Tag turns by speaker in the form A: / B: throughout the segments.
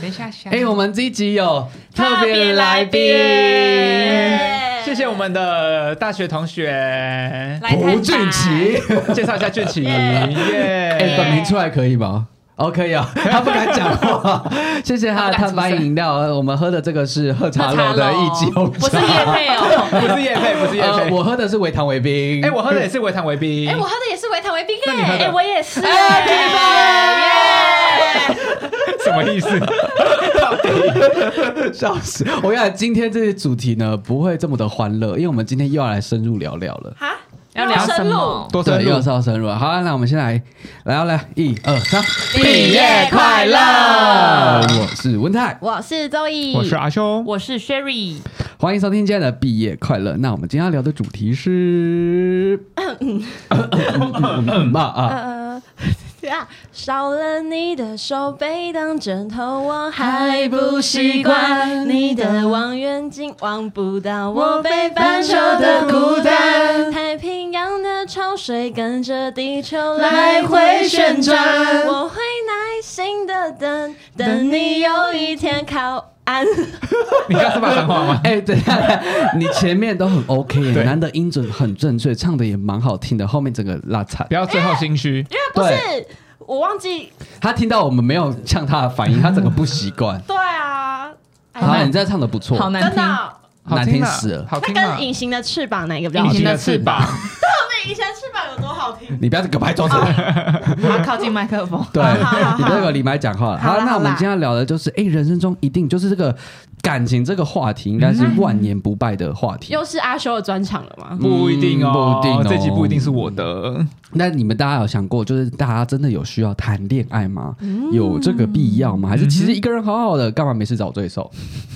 A: 等一下下。
B: 哎、我们这一集有特别来宾，
C: 耶
D: 耶
C: 谢谢我们的大学同学，
D: 来看
B: 胡俊奇。
C: 介绍一下俊奇，
D: 耶
B: 哎、
C: 耶！
B: 本名出来可以吗？哦，可以 啊，他不敢讲 话。谢谢他的碳酸饮料，呃我们喝的这个是喝茶楼 的一级红
D: 不是
B: 茶。
D: 叶配 哦。
C: 不是叶佩，不是 叶
B: 呃，
C: 佩。
B: 我喝的是维糖维冰。
C: 哎，我喝的也是维糖维冰
D: 哎，，我喝的也是维糖维冰
C: 那 你喝
D: 哎，
C: 的
D: 哎我也是
B: 哎平
D: 哎，耶
C: 什么意思？
B: 笑死！我跟你讲，今天这些主题呢不会这么的欢乐，因为我们今天又要来深入聊聊了。
D: 哈，
A: 要
D: 那么
A: 聊
D: 深
A: 什
D: 入
A: 么？
C: 多深
B: 对，
C: 入
B: 又是要深入了。好啊，那我们先来，来啊来啊，一二三，
D: 毕业快乐
B: 我是文泰，
D: 我是周易，
C: 我是阿兄，
A: 我是 Sherry，
B: 欢迎收听今天的毕业快乐。那我们今天要聊的主题是，嗯啊啊，
D: 呃， 啊，少了你的手背当枕头，我还不习惯。你的望远镜望不到我北半球的孤单。太平洋的潮水跟着地球来回旋转，我会耐心的等，等你有一天靠岸。
C: 你刚是骂脏 话吗？
B: 哎，等一下，等一下你前面都很 OK，耶
C: 对
B: 难得音准很正确，唱的也蛮好听的，后面整个拉惨
C: 不。要最后心虚。
D: 因为不是我忘记，
B: 他听到我们没有呛他的反应，他整个不习惯。
D: 对啊，哎
B: 好，你这唱的不错，
A: 好难
D: 真的
A: 听。
D: 哦。
C: 好
B: 难听
C: 啊
B: 死了
C: 好
D: 那
C: 听啊
D: 跟！隐形的翅膀哪一个比较
A: 隐
D: 好听？
A: 形的翅膀，
D: 隐形的翅膀有多好听？
B: 你不要给我拍桌子。
A: 然后靠近麦克风。
B: 对
D: 好好好，
B: 你不要有李白讲话了。
D: 好
B: 好，
D: 啦
B: 那我
D: 好
B: 们
D: 啦
B: 今天要聊的就是，哎，人生中一定就是这个感情这个话题，应该是万年不败的话题。
D: 又是阿修的专场了吗？
C: 不一定哦，
B: 嗯不一定哦
C: 这集不一定是我的。
B: 那你们大家有想过，就是大家真的有需要谈恋爱吗？有这个必要吗？还是其实一个人好好的，干嘛没事找罪受？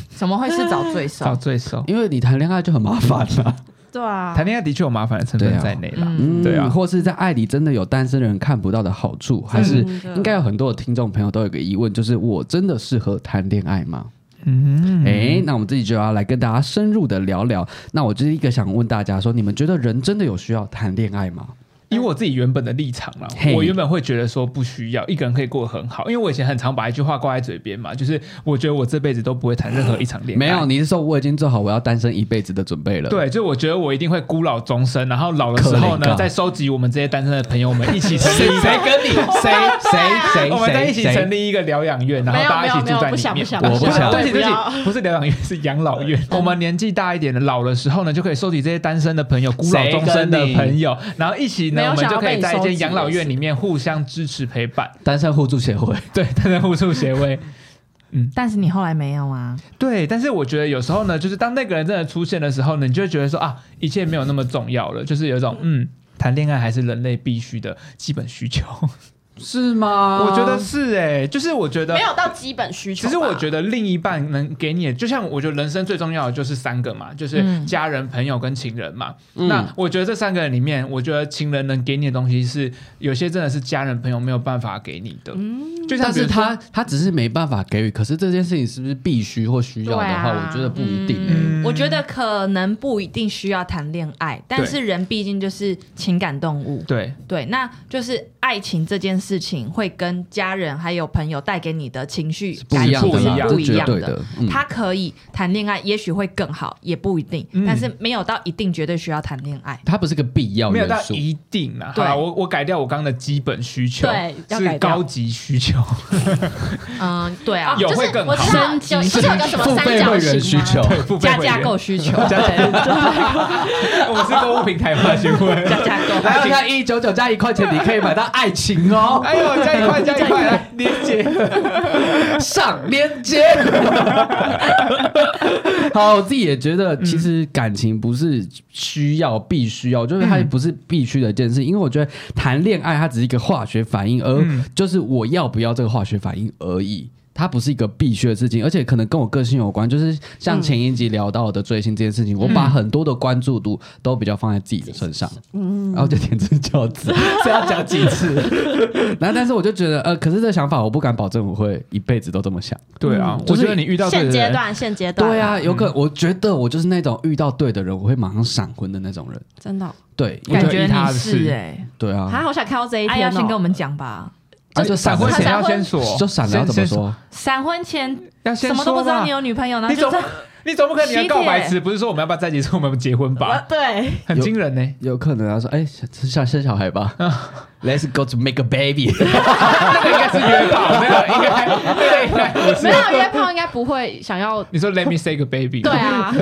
A: 怎么会是找罪受
C: 找？罪受，
B: 因为你谈恋爱就很麻烦了。
D: 对啊
C: 谈恋爱的确有麻烦的成分在内啦。
B: 嗯，
C: 对啊
B: 或是在爱里真的有单身人看不到的好处，还是
C: 啊
B: 应该有很多的听众朋友都有个疑问，就是我真的适合谈恋爱吗？
C: 嗯，
B: 哎、那我们自己就要来跟大家深入的聊聊。那我就是一个想问大家说，你们觉得人真的有需要谈恋爱吗？
C: 以我自己原本的立场啦
B: 嘿，
C: 我原本会觉得说不需要，一个人可以过得很好，因为我以前很常把一句话挂在嘴边嘛，就是我觉得我这辈子都不会谈任何一场恋爱。
B: 没有，，你是说我已经做好我要单身一辈子的准备了？，
C: 对，就我觉得我一定会孤老终生，然后老的时候
B: 可怜
C: 呢，
B: 啊
C: 再收集我们这些单身的朋友们一起成立一个，
B: 跟你谁谁谁
C: 我们再
B: 谁
C: 一起
B: 谁
C: 成立一个疗养院，然后
D: 没有
C: 大家一起住在
D: 没有没有
C: 里
D: 不想
C: 面。
D: 不想
B: 我不
C: 是
B: 想
C: 对不起
D: 不
C: 对
D: 要
C: 不起，不是疗养院，是养老 院。我们年纪大一点的，老的时候呢，就可以收集这些单身的朋友、孤老终生的朋友，然后一起呢，
D: 没有
C: 我们
D: 想要
C: 就可以在一
D: 被你收集
C: 间养老院里面互相支持陪伴。
B: 单身互助协会。
C: 对，单身互助协会。
A: 但是你后来没有啊？
C: 对，但是我觉得有时候呢，就是当那个人真的出现的时候呢，你就会觉得说啊，一切没有那么重要了，就是有一种嗯。谈恋爱还是人类必须的基本需求，
B: 是吗？
C: 我觉得是哎、就是我觉得
D: 没有到基本需求
C: 其
D: 吧。
C: 实我觉得另一半能给你的，就像我觉得人生最重要的就是三个嘛，就是
A: 嗯
C: 家人、朋友跟情人嘛。
B: 嗯
C: 那我觉得这三个人里面，我觉得情人能给你的东西是有些真的是家人、朋友没有办法给你的。就像
B: 但
C: 比
B: 是
C: 如说
B: 他他只是没办法给予，可是这件事情是不是必须或需要
A: 对
B: 的话，
A: 啊
B: 我觉得不一定、欸。
C: 嗯
A: 我觉得可能不一定需要谈恋爱，但是人毕竟就是情感动物，
C: 对，
A: 对，那就是爱情这件事情会跟家人还有朋友带给你的情绪
B: 不
A: 感
B: 一样
A: 受
B: 的
A: 是
B: 啦，
A: 不
B: 这
A: 一
B: 绝
A: 样
B: 对
A: 的。
B: 的。嗯，
A: 他可以谈恋爱，也许会更好，也不一定，
C: 嗯
A: 但是没有到一定绝对需要谈恋爱。
B: 他不是个必要
C: 没有
B: 元
C: 到
B: 素，
C: 一定啦。好
A: 对
C: 啦，我我改掉我刚刚的基本需求，
D: 对要改
C: 是
D: 掉
C: 高级需求。
A: 嗯，对啊，
C: 有
D: 就是
C: 会更好
D: 我知道有不是有个什么
B: 付
D: 三
B: 费
D: 角
B: 会员
D: 形
B: 需
D: 吗？
B: 求。
C: 对，付费
A: 加
C: 会员
A: 价购，需求，
C: 加
A: 对，
C: 我们是购物平台吗？请问？
A: 加价购。
B: 然后他一九九加一块钱，你可以买到爱情哦。
C: 哎呦，加一块，加一块，来连接。
B: 上链 接。好，我自己也觉得，其实感情不是需要、必须要，就是它不是必须的一件事，因为我觉得谈恋爱它只是一个化学反应，而
C: 嗯
B: 就是我要不要这个化学反应而已。它不是一个必须的事情，而且可能跟我个性有关。就是像前一集聊到的追星这件
C: 嗯
B: 事情，我把很多的关注度都比较放在自己的身上，嗯，然后就点只饺子，是要讲几次？ 然后，但是我就觉得，呃，可是这个想法，我不敢保证我会一辈子都这么想。
C: 对啊，
B: 就
C: 我
B: 是
C: 觉得你遇到对
D: 现
C: 的
D: 阶
C: 人，
D: 段，现阶段，
B: 对，啊，有可能，我觉得我就是那种遇到对的人，我会马上闪婚的那种人。
D: 真的哦，
C: 啊
B: 对，我
A: 感
B: 就
A: 觉
C: 我觉得依他
A: 你
C: 的
A: 是
C: 是
A: 哎，
B: 对啊，
D: 还好想看到这一
A: 哎，
D: 天
A: 要
D: 哦。
A: 先跟我们讲吧。
B: 啊，就闪
C: 闪婚
B: 婚
C: 前
B: 前
C: 要先锁，
B: 就闪了要怎么
C: 先？先
B: 说？
A: 闪婚前
C: 要先
A: 什么都不知道
C: 说
A: 你有女朋友，然
C: 嘛
A: 后
C: 你
A: 就
C: 总
A: 在
C: 你总不可能你的
A: 喜帖
C: 告白词不是说我们要不要在一起，是我们结婚吧？
D: 对，
C: 很惊人呢。
B: 有可能啊，说哎，想生小孩吧，Let's go to make a baby。
C: 那个应该是约炮，没有，应该那个应该不
E: 没
C: 是。
E: 有约炮应该不会想要。
C: 你说 Let me say 个 baby，
E: 对，啊，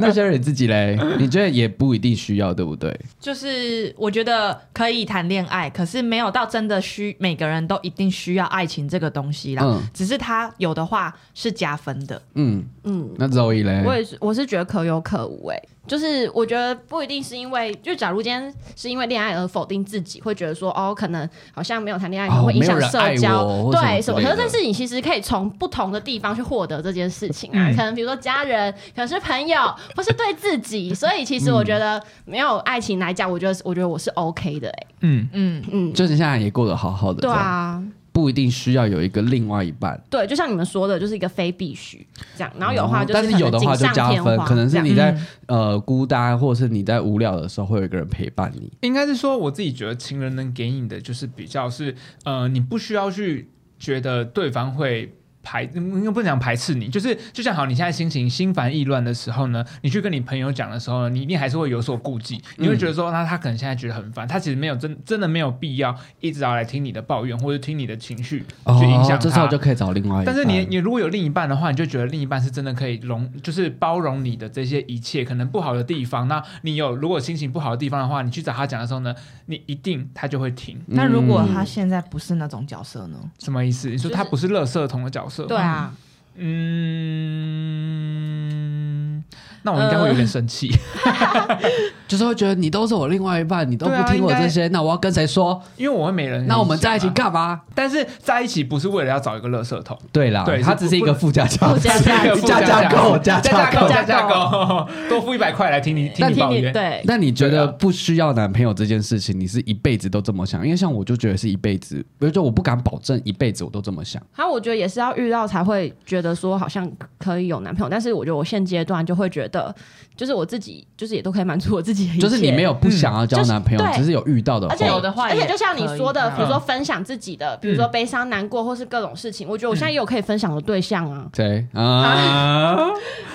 B: 那 Sherry 自己嘞，你觉得也不一定需要，对不对？
A: 就是我觉得可以谈恋爱，可是没有到真的需每个人都一定需要爱情这个东西啦。
B: 嗯
A: 只是他有的话是加分的，
B: 嗯，
D: 嗯，
B: 那 Zoe 嘞，
E: 我也是，我是觉得可有可无哎、就是我觉得不一定是因为，就假如今天是因为恋爱而否定自己，会觉得说哦，可能好像没有谈恋爱可能会影响社交，
B: 哦没有人爱我
E: 对
B: 或什么之类的
E: 么？可是但是你其实可以从不同的地方去获得这件事情啊，
C: 嗯
E: 可能比如说家人，可能是朋友，或是对自己，所以其实我觉得没有爱情来讲，我觉得我觉得我是 OK 的哎、
C: 嗯，
A: 嗯，
E: 嗯，
B: 就是现在也过得好好的，
E: 对，啊。
B: 不一定需要有一个另外一半。
E: 对，就像你们说的，就是一个非必须这样，然后有的话就是
B: 哦但
E: 可
B: 是
E: 能
B: 有的话就
E: 锦上
B: 加
E: 添
B: 分，
E: 花
B: 可能
E: 这
B: 是
E: 样
B: 你
A: 嗯
B: 在呃孤单，或者是你在无聊的时候，会有一个人陪伴你。
C: 应该是说我自己觉得情人能给你的就是比较是，呃，你不需要去觉得对方会。排应该不能讲排斥你，就是就像好，你现在心情心烦意乱的时候呢，你去跟你朋友讲的时候呢，你一定还是会有所顾忌，你会觉得说，那他可能现在觉得很烦，他其实没有真真的没有必要一直要来听你的抱怨或者听你的情绪去影响他。
B: 这时候就可以找另外一半。
C: 但是你你如果有另一半的话，你就觉得另一半是真的可以容，就是包容你的这些一切可能不好的地方。那你有如果心情不好的地方的话，你去找他讲的时候呢，你一定他就会听。
A: 那如果
B: 嗯
A: 他现在不是那种角色呢？
C: 什么意思？你说他不是垃圾桶的角色？
A: 对，啊，
C: 嗯，那我应该会有点生气，
B: 嗯就是会觉得你都是我另外一半，你都
C: 对啊
B: 不听我
C: 应该
B: 这些，那我要跟谁说？
C: 因为我会没人。啊
B: 那我们在一起，干嘛？
C: 但是在一起不是为了要找一个垃圾桶，
B: 对啦，
C: 对
B: 它
C: 是
B: 只是一
C: 不
B: 个附 加价
E: 附
B: 值
E: 加，
C: 这 个
E: 价
C: 附
E: 值
B: 加价购，加
C: 加
B: 价
C: 购，
B: 购。
C: 加价购，多付一百块来听你听你抱怨。
A: 对，
B: 那你觉
C: 对啊
B: 得不需要男朋友这件事情，你是一辈子都这么想？因为像我就觉得是一辈子，比如说我不敢保证一辈子我都这么想。
E: 还有，我觉得也是要遇到才会觉得说好像可以有男朋友，但是我觉得我现阶段就会觉得，就是我自己就是也都可以满足我自己的一切，
B: 就是你没有不想要交男朋友，
E: 嗯就是对
B: 只是有遇到的话，
E: 而且
A: 有的话
E: 而且
A: 也
E: 就像你说的，
A: 可以嗯
E: 比如说分享自己的，比如说悲伤、难过或是各种事情，我觉得我现在
A: 嗯
E: 也有可以分享的对象啊，
C: 嗯
B: 谁啊？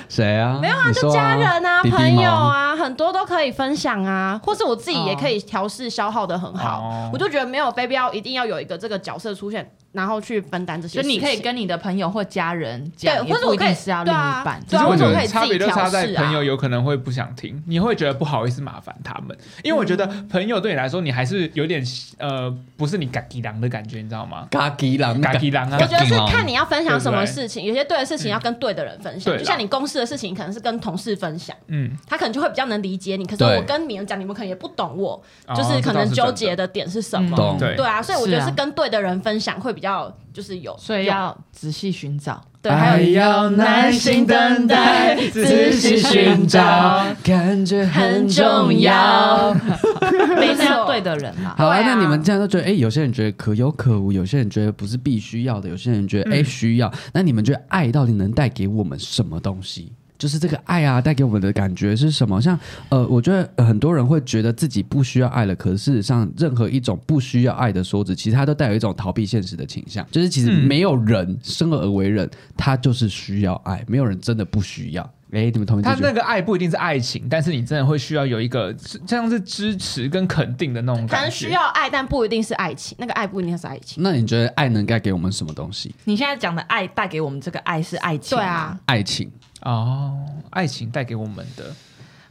B: 谁啊？没有啊，
E: 就家人啊、
B: 弟弟吗
E: 朋友啊，很多都可以分享啊，或是我自己也
A: 哦
E: 可以调试消耗的很好，
C: 哦
E: 我就觉得没有非必要一定要有一个这个角色出现，然后去分担这些
A: 就
E: 事情，
A: 你可以跟你的朋友或家人
E: 对
A: 讲，，也
E: 或者我
A: 不一
E: 可以
A: 定是要另一半。
E: 对
C: 我
E: 啊，对啊或
C: 觉
E: 者我可
C: 得
E: 以自
C: 差别
E: 己
C: 就差
E: 调
C: 在
E: 试啊
C: 朋友有可能会不想听，你会觉得不好意思麻烦他们，因为我觉得朋
E: 嗯
C: 友对你来说，你还是有点呃，不是你嘎吉狼的感觉，你知道吗？
B: 嘎吉狼，
C: 嘎吉狼啊
E: 我，觉得嗯是
B: 定哦
E: 看你要分享什么事情，有些对的事情要跟对的人分
C: 对
E: 享，
C: 啦
E: 就像你公司的事情，可能是跟同事分享，
C: 嗯，
E: 他可能就会比较能理解你。可是
B: 对
E: 我跟别人讲，你们可能也不懂我，
C: 哦
E: 就是可能纠
C: 这倒是真的
E: 结的点是什
A: 嗯
E: 么。
B: 懂
C: 对
E: 对啊，所以我觉得
A: 是啊
E: 是跟对的人分享会比较就是有，
A: 所以
E: 有
A: 要仔细寻找。
E: 对，还有一
C: 要
E: 耐心 等待仔细寻找，
B: 感觉
E: 很重要，
A: 没
E: 没
A: 是要
E: 错，
A: 对的人啦。
B: 好啊，
E: 对啊
B: 那你们这样都觉得，哎、有些人觉得可有可无，有些人觉得不是必须要的，有些人觉得哎、诶需要。那你们觉得爱到底能带给我们什么东西？就是这个爱啊，带给我们的感觉是什么？像呃，我觉得呃很多人会觉得自己不需要爱了，可是事实上，任何一种不需要爱的说辞，其实它都带有一种逃避现实的倾向。就是其实
C: 嗯
B: 没有人生而为人，他就是需要爱，没有人真的不需要。哎、你们同意这
C: 他
B: 句
C: 那个爱不一定是爱情，但是你真的会需要有一个是像是支持跟肯定的那种
E: 可
C: 感
E: 能
C: 觉。
E: 需要爱，但不一定是爱情，那个爱不一定是爱情。
B: 那你觉得爱能带给我们什么东西？
A: 你现在讲的爱带给我们这个爱是爱情，
E: 对啊，，
B: 爱情，
C: 哦，爱情带给我们的，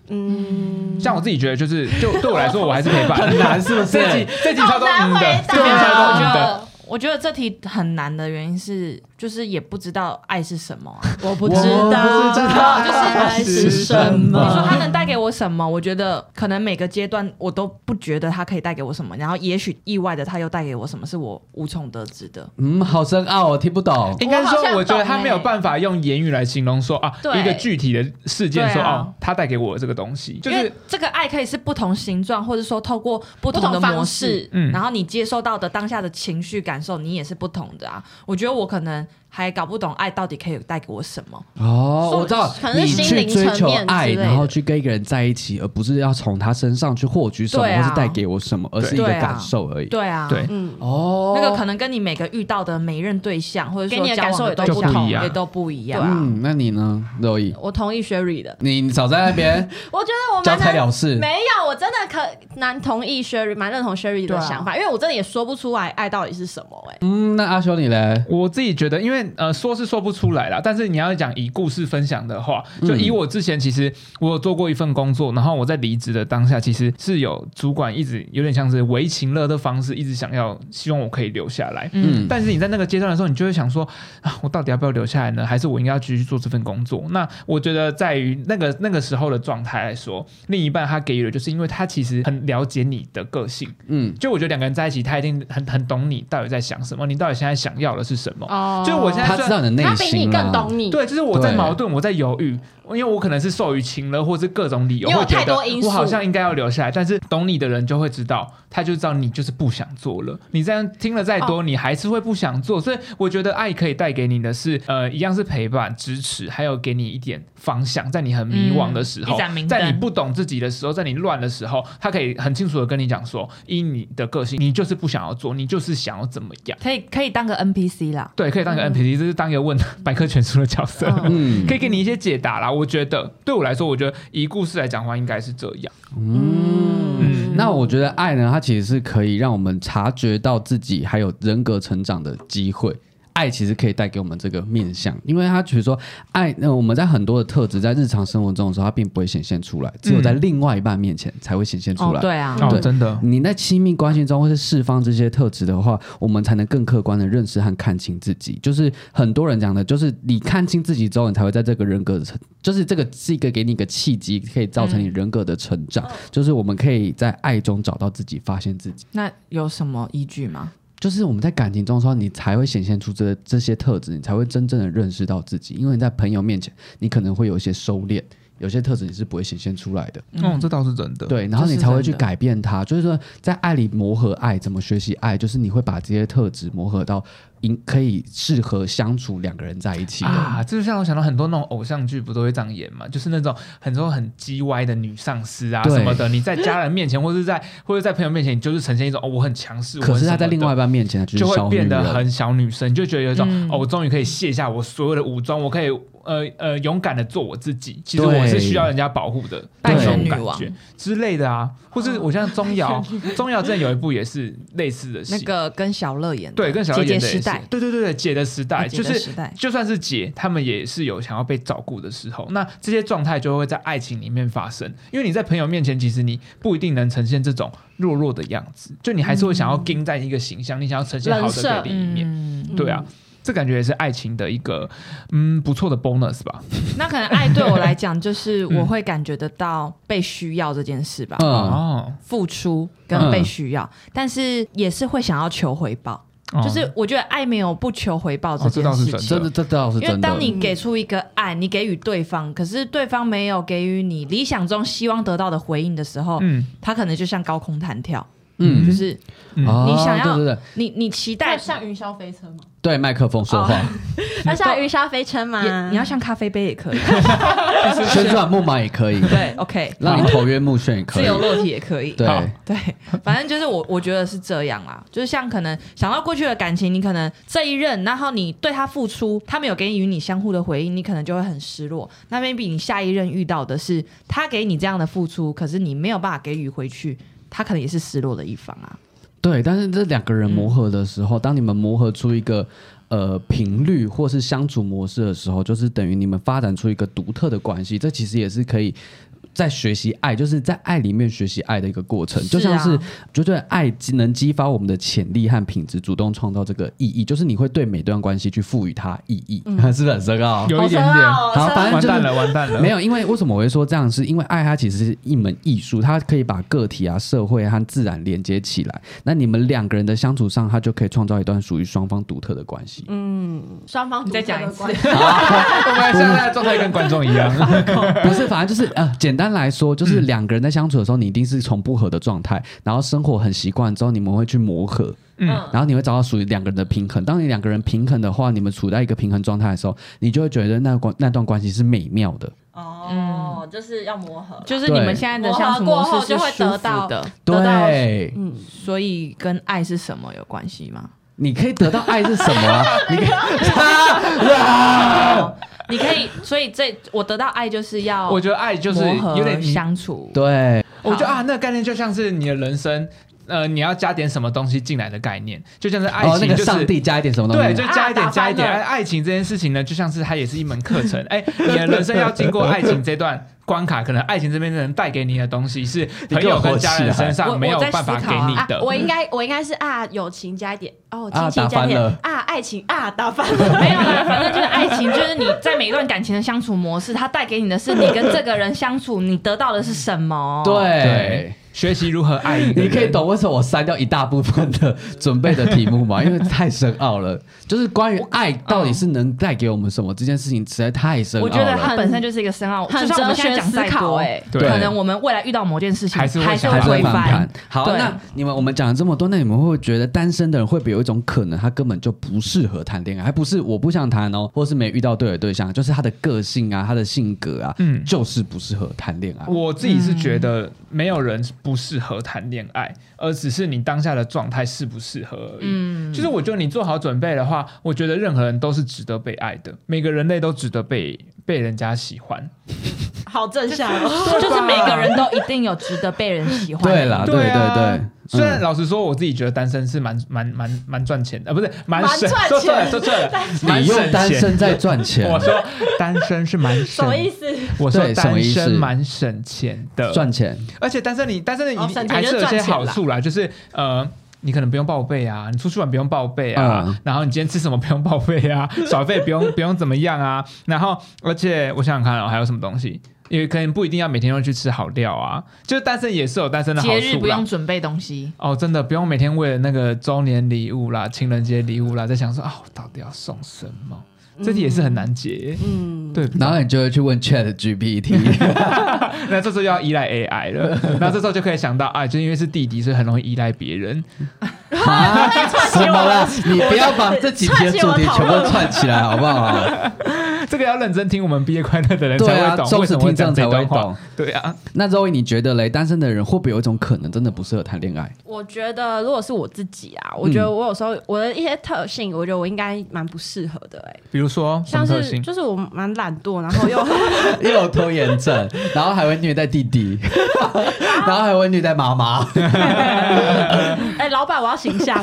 E: 嗯，
C: 像我自己觉得就是，就对我来说，我还是陪伴，很难是不是？ 这集这集超多
E: 好
C: 嗯的
E: 难回，
C: 这集
E: 答
A: 对啊，
C: 超
A: 我
C: 多
A: 觉
C: 嗯的。
A: 得。我觉得这题很难的原因是，就是也不知道爱是什么、啊。
E: 我不
B: 知道
A: 爱
C: 是什
A: 你
C: 么
A: 说
E: 嗯
A: 它能带给我什么？我觉得可能每个阶段我都不觉得它可以带给我什么，然后也许意外的它又带给我什么，是我无从得知的。
B: 嗯，好深奥、哦，听不懂。
C: 应该
E: 我好像
C: 说，我觉得他
E: 懂
C: 没有
E: 欸
C: 办法用言语来形容说啊，
E: 对
C: 一个具体的事件说
A: 对啊
C: 哦，他带给我的这个东西，就
A: 因
C: 是
A: 为这个爱可以是不同形状，或者说透过不同的
E: 不
A: 模
E: 同方
A: 式
E: 式，
C: 嗯
A: 然后你接受到的当下的情绪感受，你也是不同的啊。我觉得我可能能还搞不懂爱到底可以带给我什么。
B: 哦，
E: 受
B: 我知道
E: 哎可，能
B: 你
E: 是心
B: 去
E: 灵
B: 追
E: 层
B: 求
E: 面之
B: 爱，
E: 类的
B: 然后去跟一个人在一起，而不是要从他身上去获取什么，
A: 对啊
B: 或是带给我什么，而是一个
A: 对啊
B: 感受而已。
A: 对啊，
C: 对
E: 嗯，
B: 哦，
A: 那个可能跟你每个遇到的每任对象，或者
E: 给
A: 说
E: 你的
A: 交往
E: 感受也
A: 都
E: 都
C: 不
A: 同
C: 一样
A: 也都不一样。
E: 对啊
B: 嗯，那你呢，肉毅？
E: 我同意 Sherry 的，
B: 你你少在那边
E: 我觉得我
B: 交
E: 蛮
B: 差
E: 能
B: 了事，
E: 没有，我真的可难同意 Sherry，蛮认同 Sherry
A: 对
E: 的
A: 啊
E: 想法，因为我真的也说不出来爱到底是什么、哎，
B: 嗯，那阿修你嘞？
C: 我自己觉得，因为呃说是说不出来啦，但是你要讲以故事分享的话，就
E: 嗯
C: 以我之前其实我有做过一份工作，然后我在离职的当下，其实是有主管一直有点像是为情乐的方式，一直想要希望我可以留下来。
B: 嗯，
C: 但是你在那个阶段的时候，你就会想说啊，我到底要不要留下来呢？还是我应该要继续做这份工作？那我觉得在于那个那个时候的状态来说，另一半他给予的就是因为他其实很了解你的个性，
B: 嗯，
C: 就我觉得两个人在一起，他一定很很懂你到底在想什么，你到底现在想要的是什么。
E: 哦
C: 就我现在
B: 他知道你的
E: 他
B: 内
E: 比你
B: 心啊啦。
E: 更懂你，
C: 对，就是我在
B: 对
C: 矛盾，我在犹豫，因为我可能是受于情了，或是各种理由，
E: 因为
C: 会
E: 有
C: 觉
E: 太
C: 得
E: 多因素
C: 我好像应该要留下来。但是懂你的人就会知道，他就知道你就是不想做了。你这样听了再多，你还是会不想做。所以我觉得爱可以带给你的是，呃，一样是陪伴、支持，还有给你一点方向，在你很迷惘的时
A: 嗯
C: 候
A: 一盏，明灯
C: 在你不懂自己的时候，在你乱的时候，他可以很清楚的跟你讲说，依你的个性，你就是不想要做，你就是想要怎么样。
A: 可以可以当个 NPC 啦，
C: 对，可以当个 NPC，、这是当一个问百科全书的角色。
E: 嗯
B: 嗯
C: 可以给你一些解答啦。我觉得对我来说，我觉得以故事来讲的话，应该是这样。
B: 嗯，那我觉得爱呢，它其实是可以让我们察觉到自己还有人格成长的机会。爱其实可以带给我们这个面向，因为它比如说爱，那、我们在很多的特质在日常生活中的时候，它并不会显现出来，只有在另外一半面前才会显现出来。
A: 哦，对啊，
B: 对
C: 真的，
B: 你在亲密关系中或是释放这些特质的话，我们才能更客观的认识和看清自己。就是很多人讲的，就是你看清自己之后，你才会在这个人格的成，就是这个是一个给你一个契机，可以造成你人格的成长。就是我们可以在爱中找到自己，发现自己。
A: 那有什么依据吗？
B: 就是我们在感情中的时候，你才会显现出这这些特质，你才会真正的认识到自己。因为你在朋友面前，你可能会有一些收敛，有些特质你是不会显现出来的。
C: 嗯，这倒是真的。
B: 对，然后
A: 这
B: 你
A: 是
B: 才会去
A: 真的
B: 改变它。就是说，在爱里磨合爱，怎么学习爱，就是你会把这些特质磨合到，应可以适合相处两个人在一起的。
C: 啊，这就像我想到很多那种偶像剧不都会这样演嘛，就是那种很多很叽歪的女上司啊
B: 对
C: 什么的，你在家人面前或者在或者在朋友面前，你就是呈现一种哦我很强势，
B: 可
C: 我很
B: 是
C: 什
B: 他
C: 么
B: 在另
C: 的
B: 外一半面前，他
C: 就是会
B: 小女
C: 变得
B: 人。
C: 很小女生，你就觉得有一种、
A: 嗯
C: 哦，我终于可以卸下我所有的武装，我可以呃呃勇敢的做我自己。其实
B: 对
C: 我是需要人家保护的，
A: 对
C: 这种
A: 女
C: 感
A: 王哦
C: 觉之类的啊，或是我像钟瑶， 钟瑶之前有一部也是类似的戏，
A: 那个跟小乐演的，
C: 对，跟小
A: 姐
C: 姐演
A: 姐
C: 的也
A: 时
C: 是
A: 代，
C: 对对对对，姐的时代，
A: 啊姐
C: 就
A: 的
C: 是
A: 时代
C: 就算是姐，她们也是有想要被照顾的时候。那这些状态就会在爱情里面发生，因为你在朋友面前，其实你不一定能呈现这种弱弱的样子，就你还是会想要盯在一个形象，你想要呈现好的给另一面，
A: 嗯，
C: 对啊。这感觉也是爱情的一个嗯不错的 bonus 吧，
A: 那可能爱对我来讲，就是我会感觉得到被需要这件事吧，
B: 嗯，
C: 哦，
A: 付出跟被需要，但是也是会想要求回报。
C: 哦
A: 就是我觉得爱没有不求回报这
C: 哦这
A: 件
C: 倒是
A: 事
C: 真
A: 情。
B: 这
C: 的
B: 这这倒是
A: 因为
B: 真的
A: 当。你给出一个爱，你给予对方，可是对方没有给予你理想中希望得到的回应的时候，
C: 嗯
A: 他可能就像高空弹跳，
B: 嗯，
A: 就是
C: 嗯
B: 哦
A: 你想要
B: 对对对
A: 你你期
E: 但
A: 待
E: 像云霄飞车吗？
B: 对麦克风说话，
A: 哦
E: 那像云霄飞车
A: 也
E: 吗？
A: 你要像咖啡杯也可以，
B: 旋转木马也 可以，
A: 对，OK，
B: 让你头晕目眩也可
A: 自
B: 以。
A: 由落体也可以，
B: 对
C: 好
A: 对， 反正就是我我觉得是这样啦，就是像可能想到过去的感情，你可能这一任，然后你对他付出，他没有给予你相互的回应，你可能就会很失落。那 maybe 你下一任遇到的是他给你这样的付出，可是你没有办法给予回去，他可能也是失落的一方啊。
B: 对，但是这两个人磨合的时候，当你们磨合出一个呃频率或是相处模式的时候，就是等于你们发展出一个独特的关系。这其实也是可以。在学习爱，就是在爱里面学习爱的一个过程，
A: 是啊
B: 就像是觉得爱能激发我们的潜力和品质，主动创造这个意义，就是你会对每段关系去赋予它意义，
A: 嗯
B: 是不是很深奥？
C: 有一点
E: 好深
C: 点，
E: 奥哦
B: 好反正
C: 完
B: 就是
C: 蛋了，完蛋 了，
B: 没有，因为为什么我会说这样是？因为爱它其实是一门艺术，它可以把个体啊、社会和自然连接起来。那你们两个人的相处上，它就可以创造一段属于双方独特的关系。
E: 嗯双方
A: 你再讲一次
E: 独特的关系，
C: 我们现在的状态跟观众一 样，
B: 不是，反正就是 呃，简单来说，就是两个人在相处的时候，你一定是从不合的状态，然后生活很习惯之后，你们会去磨合。
C: 嗯
E: 嗯
B: 然后你会找到属于两个人的平衡。当你两个人平衡的话，你们处在一个平衡状态的时候，你就会觉得那关那段关系是美妙的。
D: 哦，就是要磨 合啦，
A: 就是你们现在的相处模式是舒
E: 磨合过后
A: 服
E: 就会得
A: 的，
E: 得到
B: 对，
A: 所以跟爱是什么有关系吗？
B: 你可以得到爱是什么啊？你可以
A: 你可以，所以这我得到爱就是要
C: 我觉得爱就是
A: 磨
C: 有点
A: 合
C: 你
A: 相处，
B: 对，
C: 我觉得啊，那个概念就像是你的人生，呃，你要加点什么东西进来的概念，就像是爱
B: 哦，那
C: 情，
B: 个
C: 就是、
B: 上帝加一点什么东西？
C: 对，就加一
A: 啊
C: 点，
A: 打翻
C: 加一点。
A: 了
C: 哎爱情这件事情呢，就像是它也是一门课程。哎，你的人生要经过爱情这段关卡，可能爱情这边能带给你的东西是朋友跟家人身
A: 我
C: 上没有
A: 我在
C: 办法
A: 思
C: 给
A: 考啊
C: 你
E: 啊
C: 的。，
E: 我应该我应该是啊，友情加一点哦，
B: 啊
E: 亲情
B: 打
E: 加
B: 翻
E: 一点
B: 了
E: 啊，爱情啊，打 翻了，
A: 没有啦，反正就是爱情，就是你在每一段感情的相处模式，它带给你的是你跟这个人相处，你得到的是什么？
B: 对
C: 对。，学习如何爱一个
B: 你
C: 人
B: 可以懂为什么我删掉一大部分的准备的题目吗？因为太深奥了，就是关于爱到底是能带给我们什么这件事情，实在太深奥
A: 我觉得它
B: 了。
A: 本身就是一个深奥，
E: 很
A: 就算我
E: 哲
A: 们现在
E: 学
A: 讲
E: 思
A: 再
E: 考
A: 多，
E: 哎。
C: 对
A: 可能我们未来遇到某件事情
C: 还是会
A: 还是
C: 想
A: 会
C: 要
A: 规
B: 反
A: 范
B: 弹。。好，啊
A: 对
B: 那你们我们讲了这么多，那你们会不会觉得单身的人会不会有一种可能，他根本就不适合谈恋爱，还不是我不想谈哦，或是没遇到对的对象，就是他的个性啊，他的性格啊，
C: 嗯
B: 就是不适合谈恋爱。
C: 我自己是
E: 嗯
C: 觉得没有人不适合谈恋爱，而只是你当下的状态适不适合而已。
A: 嗯
C: 就是我觉得你做好准备的话，我觉得任何人都是值得被爱的，每个人类都值得被被人家喜欢。
E: 好正向哦，
A: 就是每个人都一定有值得被人喜欢的
B: 对
A: 一面
B: 啦，对
C: 啊
B: 对对，
C: 虽然
B: 嗯
C: 老实说，我自己觉得单身是蛮蛮蛮蛮赚钱的，呃不是蛮
E: 蛮
C: 省
E: 赚
C: 说错了
E: 钱
C: 说错了，蛮
B: 你用
C: 省
B: 单
C: 钱
B: 身在赚钱，
C: 我说单身是蛮
E: 什
C: 省
E: 么，意思？
C: 我说
B: 对什么
C: 单
B: 意思
C: 身蛮省钱的，
B: 赚钱，
C: 而且单身你单身你
E: 哦省钱
C: 还是有
E: 就是
C: 些
E: 赚钱
C: 好
E: 啦
C: 处啦，就是呃。你可能不用报备啊，你出去玩不用报备啊，
B: 嗯
C: 然后你今天吃什么不用报备 啊，耍费不用不用怎么样啊，然后而且我想想看、哦，还有什么东西，也可能不一定要每天都去吃好料啊，就是单身也是有单身的好
A: 节日
C: 处
A: 不
C: 啦
A: 用。准备东西，
C: 哦，真的不用每天为了那个周年礼物啦、情人节礼物啦，在想说啊，我到底要送什么？这题也是很难解，
E: 嗯，
C: 对。
B: 然后你就会去问 Chat GPT，
C: 那这时候又要依赖 AI 了， 那这时候就可以想到，啊，就因为是弟弟，所以很容易依赖别人。
B: 啊，什么啦？你不要把这几天主题全部串起来，好不好？
C: 这个要认真听我们毕业快乐的人
B: 对
C: 才会
B: 啊，
C: 懂，
B: 忠
C: 为
B: 实
C: 什么会
B: 听
C: 讲
B: 众
C: 这
B: 才会
C: 段话
B: 懂。。
C: 对啊，
B: 那周伟，你觉得嘞，单身的人会不会有一种可能，真的不适合谈恋爱？
E: 我觉得如果是我自己啊，
B: 嗯
E: 我觉得我有时候我的一些特性，我觉得我应该蛮不适合的哎、
C: 比如说什么
E: 像
C: 特
E: 是
C: 性？
E: 就是我蛮懒惰，然 后又
B: 又有拖延症，然后还会虐待弟 弟，然后还会虐待妈妈，
E: 哎、老板我要形象。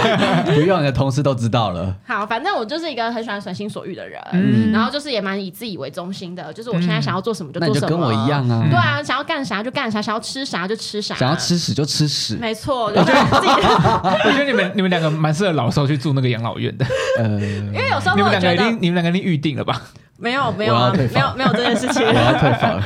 B: 不用你的同事都知道了。
E: 好，反正我就是一个很喜欢随心所欲的人，
C: 嗯
E: 然后就是也蛮以自己为中心的，就是我现在想要做什么就
B: 那你
E: 做
B: 就
E: 什
B: 跟
E: 么。
B: 我一样啊，
E: 对啊，想要干啥就干啥，想要吃啥就吃啥，
B: 想要吃屎就吃屎。
E: 没错， 我就觉得自己，
C: 啊我觉得你们你们两个蛮适合老时候去住那个养老院 的，
B: 呃，
E: 因为有时候
C: 你
E: 我
C: 们两个
E: 觉
C: 一
E: 得
C: 定你们两个一定预定了吧？
E: 没有没有啊，
B: 我要退
E: 没
B: 房
E: 有没有这件事情
B: 我，要退房了。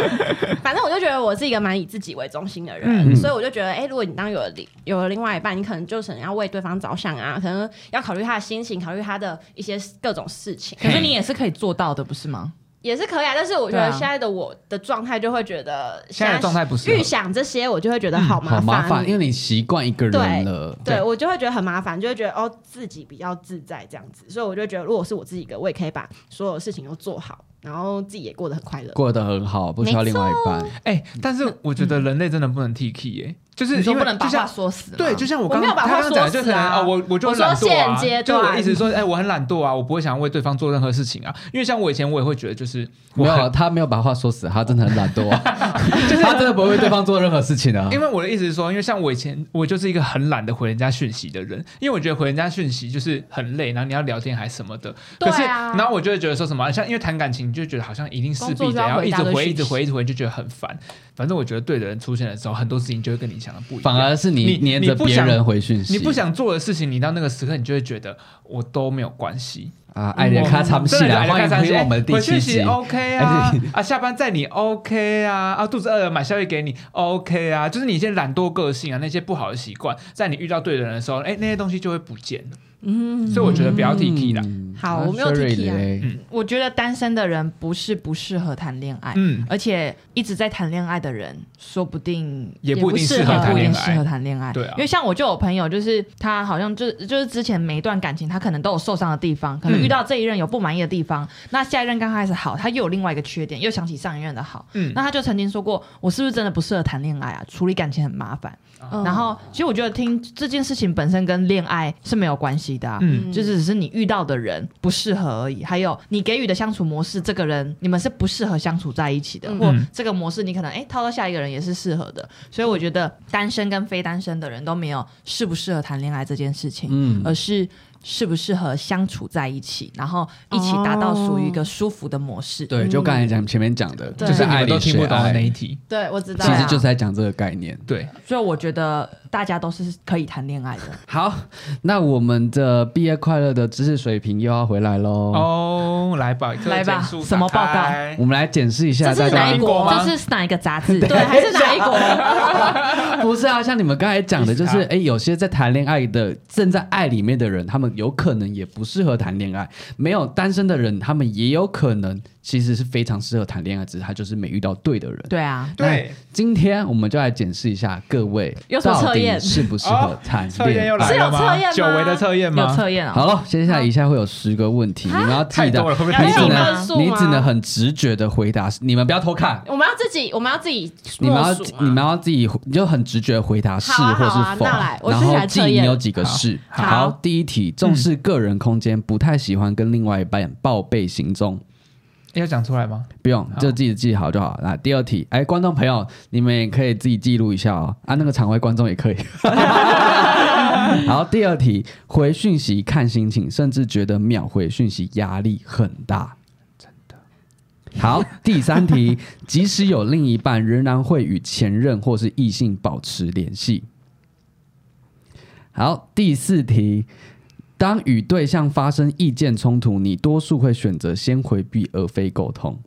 E: 反正我就觉得我是一个蛮以自己为中心的人，所以我就觉得，哎、如果你当有了另有了另外一半，你可能就可能要为对方着想啊，可能要考虑他的心情，考虑他的一些各种事情，
A: 可是你也是可以做到的，不是吗？
E: 也是可以啊。但是我觉得
A: 对啊
E: 现在的我的状态就会觉得，
C: 现在的状态不适合
E: 预想这些，我就会觉得好 麻
B: 嗯好麻
E: 烦
B: 烦，。因为你习惯一个人了。
E: 对
C: 对
E: 我就会觉得很麻烦，就会觉得哦自己比较自在这样子，所以我就觉得如果是我自己一个，我也可以把所有事情都做好，然后自己也过得很快乐。
B: 过得很好，不需要另外一半。
C: 哎，但是我觉得人类真的不能 T K 耶，就是
A: 你说
C: 因
A: 不
C: 为
A: 能
C: 就
A: 把
C: 像
A: 话说死吗，
C: 对，就像我刚
E: 我没有把
C: 他
E: 话
C: 刚讲的，
E: 说
C: 就
E: 死
C: 可能
E: 啊
C: 哦，我我就
E: 我说
C: 懒惰啊，
E: 现阶
C: 就我
E: 段
C: 一直说，哎，我很懒惰啊，我不会想要为对方做任何事情啊，因为像我以前我也会觉得就是我
B: 没有，啊
C: 很。
B: 他没有把话说死，他真的很懒 惰、啊，他真的不会为对方做任何事情啊。
C: 因为我的意思是说，因为像我以前，我就是一个很懒得回人家讯息的人，因为我觉得回人家讯息就是很累，然后你要聊天还什么的。
E: 对
C: 可
E: 啊
C: 是，然后我就会觉得说什么，像因为谈感情，就觉得好像一定势必得
E: 工作就要
C: 要一直
E: 回一大堆
C: 回、
E: 讯息
C: 一直回、一直回，就觉得很烦。反正我觉得对的人出现的时候，很多事情就会跟你想的不一样。
B: 反而是你
C: 你
B: 黏着别人回讯息，
C: 你不想做的事情，你到那个时刻，你就会觉得我都没有关系。
B: 啊，爱人卡参戏
C: 嗯真的
B: 啦，欢迎回
C: 来
B: 我们第
C: 回去
B: 七
C: 洗
B: 集。哎
C: OK 啊啊，下班载你 OK 啊啊，肚子饿了买宵夜给你 OK 啊，就是你一些懒惰个性啊，那些不好的习惯，在你遇到对的人的时候，哎、那些东西就会不见了。嗯，所以我觉得不要提 K 啦。
B: 嗯
E: 好我没有提
B: ，Sherry
E: 提啊
B: 嘞
A: 我觉得单身的人不是不适合谈恋爱，
C: 嗯
A: 而且一直在谈恋爱的人，说不定
C: 也不一定
A: 适
C: 适合谈
A: 不一
C: 恋
A: 定
C: 爱
A: 适合谈恋爱。
C: 对啊
A: 因为像我就有朋友，就是他好像就就是之前每一段感情，他可能都有受伤的地方，可能
C: 嗯
A: 遇到这一任有不满意的地方，那下一任刚开始好，他又有另外一个缺点，又想起上一任的好，
C: 嗯
A: 那他就曾经说过，我是不是真的不适合谈恋爱啊？处理感情很麻烦。
C: 哦
A: 然后，其实我觉得听这件事情本身跟恋爱是没有关系的、啊，
C: 嗯
A: 就只是你遇到的人不适合而已，还有你给予的相处模式，这个人你们是不适合相处在一起的，
E: 嗯
A: 或这个模式你可能哎套到下一个人也是适合的，所以我觉得单身跟非单身的人都没有适不适合谈恋爱这件事情，
B: 嗯
A: 而是。适不适合相处在一起，然后一起达到属于一个舒服的模式。
E: 哦
B: 对，就刚才讲前面讲的，
A: 对
C: 就是你
B: 爱
C: 们都
B: 里
C: 听不
B: 学
C: 懂的那
B: 爱
C: 一，题。
E: 对我知道
B: 其
A: 对
B: 实
A: 啊
B: 就是在讲这个概念。
C: 对，
A: 所以我觉得大家都是可以谈恋爱 的。
B: 好，那我们的毕业快乐的知识水平又要回来喽。
C: 哦，来吧，
A: 来吧
C: 课件数打
A: 什么报告
C: 开
B: 我们来检视一下大
C: 是哪
B: 家
C: 一，国吗
A: 这是哪一个杂志？
E: 对，还是哪一国？
B: 不是啊，像你们刚才讲的，就是
C: 意思
B: 哎、诶有些在谈恋爱的，正在爱里面的人，他们有可能也不适合谈恋爱；没有单身的人，他们也有可能其实是非常适合谈恋爱，只是他就是没遇到对的人。
A: 对 啊，
C: 对，
B: 今天我们就来检视一下各位
E: 有 什么
B: 到
E: 测验
B: 底适不适合谈
C: 测验
B: 恋
C: 又
B: 爱。
C: 来了吗？
E: 是有测验吗
C: 久违的测验
A: 有
C: 吗？
A: 测验啊。
B: 好，接下来以下会有十个问题，你们要记
C: 太
B: 得
C: 多了，会不会
E: 要
C: 太
B: 你
E: 记
B: 只
C: 多
E: 得
C: 了？
E: 分数
B: 能你只
E: 吗
B: 能很直觉的回答，你们不要偷看，
E: 我们要自己，我们要自己
B: 你们
E: 默
B: 要
E: 数吗
B: 你们要自己你就很直觉回答是
E: 好啊
B: 或
E: 好啊
B: 是否，
E: 那来我
B: 然
E: 自己
B: 后
E: 来
B: 记
E: 测
B: 你
E: 验
B: 有几个是。
C: 好
B: 好
E: 好，
B: 第一题，重视个人空间，不太喜欢跟另外一半报备行踪。
C: 要讲出来吗？
B: 不用，就自己记好就好。那第二题，哎，观众朋友，你们也可以自己记录一下哦。啊，那个场外观众也可以。好，第二题，回讯息看心情，甚至觉得秒回讯息压力很大。真的。好，第三题， 即使有另一半，仍然会与前任或是异性保持联系。好，第四题，当与对象发生意见冲突，你多数会选择先回避而非沟通，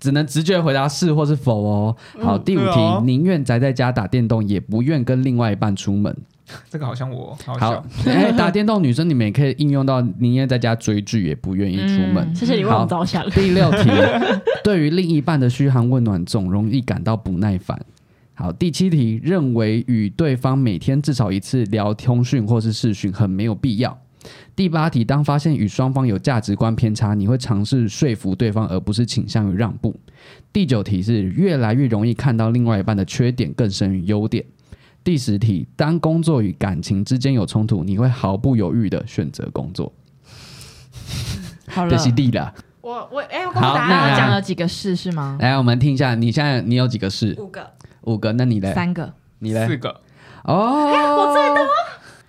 B: 只能直觉回答是或是否哦。好，第五
C: 对
B: 题
C: 哦，
B: 宁愿宅在家打电动，也不愿跟另外一半出门。
C: 这个好像我好
B: 好
C: 笑。，
B: 哎，打电动女生你们也可以应用到宁愿在家追剧，也不愿意出门。
A: 嗯
E: 谢谢你为我们着想。
B: 第六题，对于另一半的嘘寒问暖，总容易感到不耐烦。好，第七题，认为与对方每天至少一次聊通讯或是视讯很没有必要。第八题，当发现与双方有价值观偏差，你会尝试说服对方，而不是倾向于让步。第九题是越来越容易看到另外一半的缺点更胜于优点。第十题，当工作与感情之间有冲突，你会毫不犹豫的选择工作。
A: 好
B: 这是第了。
E: 我我哎，我
B: 公布好答案那
A: 啊
B: 啊
A: 讲了几个是是吗？
B: 来，我们听一下，你现在你有几个是？
E: 五个，
B: 五个，那你嘞？
A: 三个，
B: 你嘞
C: 四？个，
B: 哦，我最多，